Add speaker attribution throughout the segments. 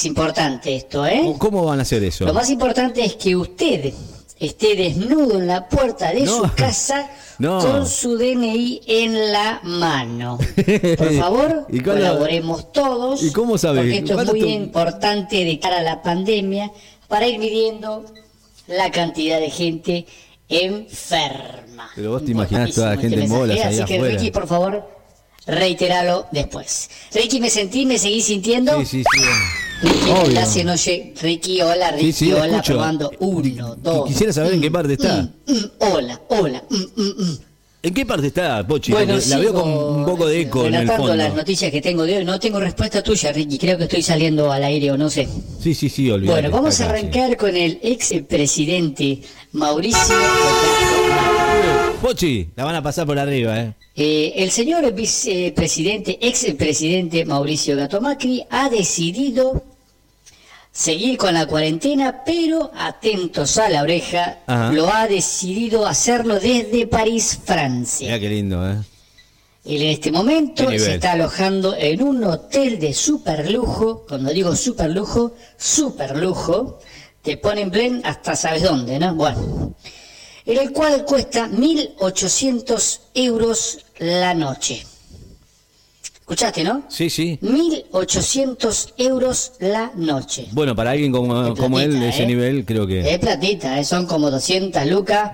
Speaker 1: Es importante esto, ¿eh?
Speaker 2: ¿Cómo van a hacer eso?
Speaker 1: Lo más importante es que usted esté desnudo en la puerta de
Speaker 2: No.
Speaker 1: su casa
Speaker 2: No.
Speaker 1: con su DNI en la mano. Por favor,
Speaker 2: ¿Y cuál la-
Speaker 1: colaboremos todos.
Speaker 2: ¿Y cómo sabe?
Speaker 1: Porque esto
Speaker 2: ¿Cuál
Speaker 1: es
Speaker 2: es
Speaker 1: muy
Speaker 2: tu-
Speaker 1: importante de cara a la pandemia para ir midiendo la cantidad de gente enferma.
Speaker 2: Pero vos te imaginás toda la gente en
Speaker 1: Importantísimo este
Speaker 2: bolas
Speaker 1: mensaje,
Speaker 2: ahí
Speaker 1: Así que
Speaker 2: afuera.
Speaker 1: Ricky, por favor, reiteralo después. Ricky, ¿me sentí? ¿Me seguís sintiendo?
Speaker 2: Sí, sí, sí.
Speaker 1: Ricky,
Speaker 2: Obvio.
Speaker 1: hola, se nos lle- Ricky, hola, Ricky,
Speaker 2: sí, la
Speaker 1: hola,
Speaker 2: escucho.
Speaker 1: probando. Uno, dos.
Speaker 2: Quisiera saber en qué parte está.
Speaker 1: Mm, mm, hola, hola. mm, mm, mm.
Speaker 2: ¿En qué parte está, Pochi? la
Speaker 1: sigo
Speaker 2: veo con un poco de eco en el
Speaker 1: relatando
Speaker 2: fondo.
Speaker 1: las noticias que tengo de hoy. No tengo respuesta tuya, Ricky. Creo que estoy saliendo al aire o no sé.
Speaker 2: Sí, sí, sí, olvidé.
Speaker 1: Bueno, vamos a arrancar con el ex presidente Mauricio Cotaro.
Speaker 2: Pochi, la van a pasar por arriba, ¿eh?
Speaker 1: Eh, el señor vicepresidente, ex presidente Mauricio Gato Macri ha decidido seguir con la cuarentena, pero atentos a la oreja,
Speaker 2: Ajá.
Speaker 1: lo ha decidido hacerlo desde París, Francia.
Speaker 2: Mirá qué lindo, ¿eh?
Speaker 1: Él en este momento
Speaker 2: Qué nivel.
Speaker 1: se está alojando en un hotel de super lujo. Cuando digo super lujo, super lujo. Te ponen Blen hasta sabes dónde, ¿no? Bueno. En el cual cuesta 1.800 euros la noche. ¿Escuchaste, no?
Speaker 2: Sí, sí.
Speaker 1: 1.800 euros la noche.
Speaker 2: Bueno, para alguien como,
Speaker 1: Es
Speaker 2: como él,
Speaker 1: platita,
Speaker 2: de ese
Speaker 1: ¿eh?
Speaker 2: nivel, creo que.
Speaker 1: Es platita, eh, son como 200 lucas.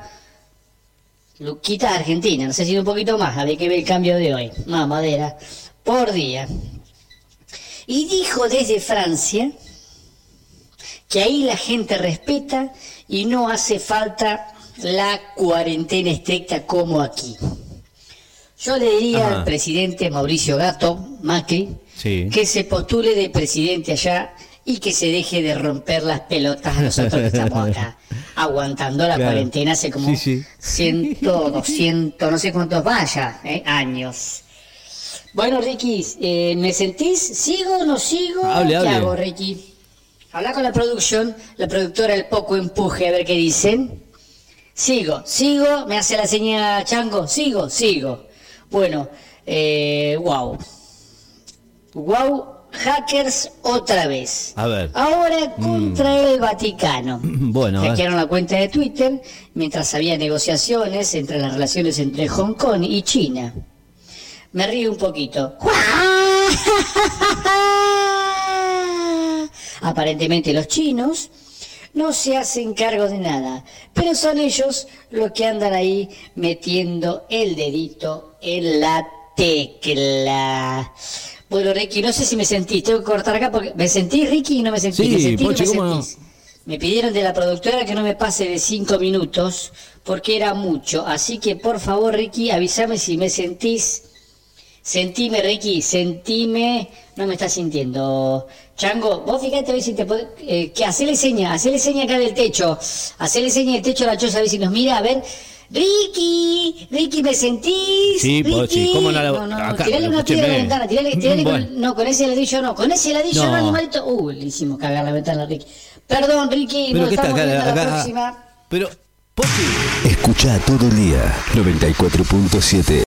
Speaker 1: Luquitas argentinas, no sé si un poquito más, había que ver el cambio de hoy. Más madera. Por día. Y dijo desde Francia que ahí la gente respeta y no hace falta la cuarentena estricta como aquí. Yo le diría
Speaker 2: Ajá.
Speaker 1: al presidente Mauricio Gato, Macri,
Speaker 2: Sí.
Speaker 1: que se postule de presidente allá y que se deje de romper las pelotas a nosotros que estamos acá, aguantando la
Speaker 2: Claro.
Speaker 1: cuarentena hace como
Speaker 2: Sí, sí.
Speaker 1: 100, 200, no sé cuántos vaya, eh, años. Bueno, Ricky, eh, ¿me sentís? ¿Sigo o no sigo?
Speaker 2: Hable,
Speaker 1: ¿Qué
Speaker 2: hable.
Speaker 1: hago, Ricky? Habla con la producción, la productora el poco empuje, a ver qué dicen. Sigo, sigo, me hace la señal Chango, sigo, sigo. Bueno, eh, wow. Wow, hackers otra vez.
Speaker 2: A ver.
Speaker 1: Ahora contra el Vaticano.
Speaker 2: Mm. Bueno, a ver.
Speaker 1: Hackearon la cuenta de Twitter mientras había negociaciones entre las relaciones entre Hong Kong y China. Me río un poquito. Aparentemente los chinos no se hacen cargo de nada, pero son ellos los que andan ahí metiendo el dedito en la tecla. Bueno, Ricky, no sé si me sentís, tengo que cortar acá porque me sentí, Ricky, y no me sentí,
Speaker 2: Sí,
Speaker 1: me sentí,
Speaker 2: Pochi,
Speaker 1: no me
Speaker 2: ¿cómo no?
Speaker 1: sentís. Me pidieron de la productora que no me pase de cinco minutos porque era mucho, así que por favor, Ricky, avísame si me sentís. Sentime, Ricky, sentime. No me estás sintiendo. Chango, vos fíjate a ver si te podés. eh, que hacele seña, hacele seña acá del techo. Hacele seña del techo a la choza a ver si nos mira. A ver. Ricky, Ricky, ¿me sentís?
Speaker 2: Sí,
Speaker 1: Ricky.
Speaker 2: Pochi, ¿cómo no la-
Speaker 1: No, no, no,
Speaker 2: acá,
Speaker 1: tirale una piedra a la
Speaker 2: escúcheme. Mm,
Speaker 1: ventana, tirale, tirale
Speaker 2: Bueno.
Speaker 1: con, No, con ese ladrillo no, con ese ladrillo no,
Speaker 2: No.
Speaker 1: animalito. Uh, le hicimos cagar la ventana a Ricky. Perdón, Ricky,
Speaker 2: Pero
Speaker 1: nos
Speaker 2: que está
Speaker 1: estamos viendo
Speaker 2: acá,
Speaker 1: la
Speaker 2: acá.
Speaker 1: próxima.
Speaker 2: Pero, Pochi.
Speaker 3: Escucha todo el día 94.7.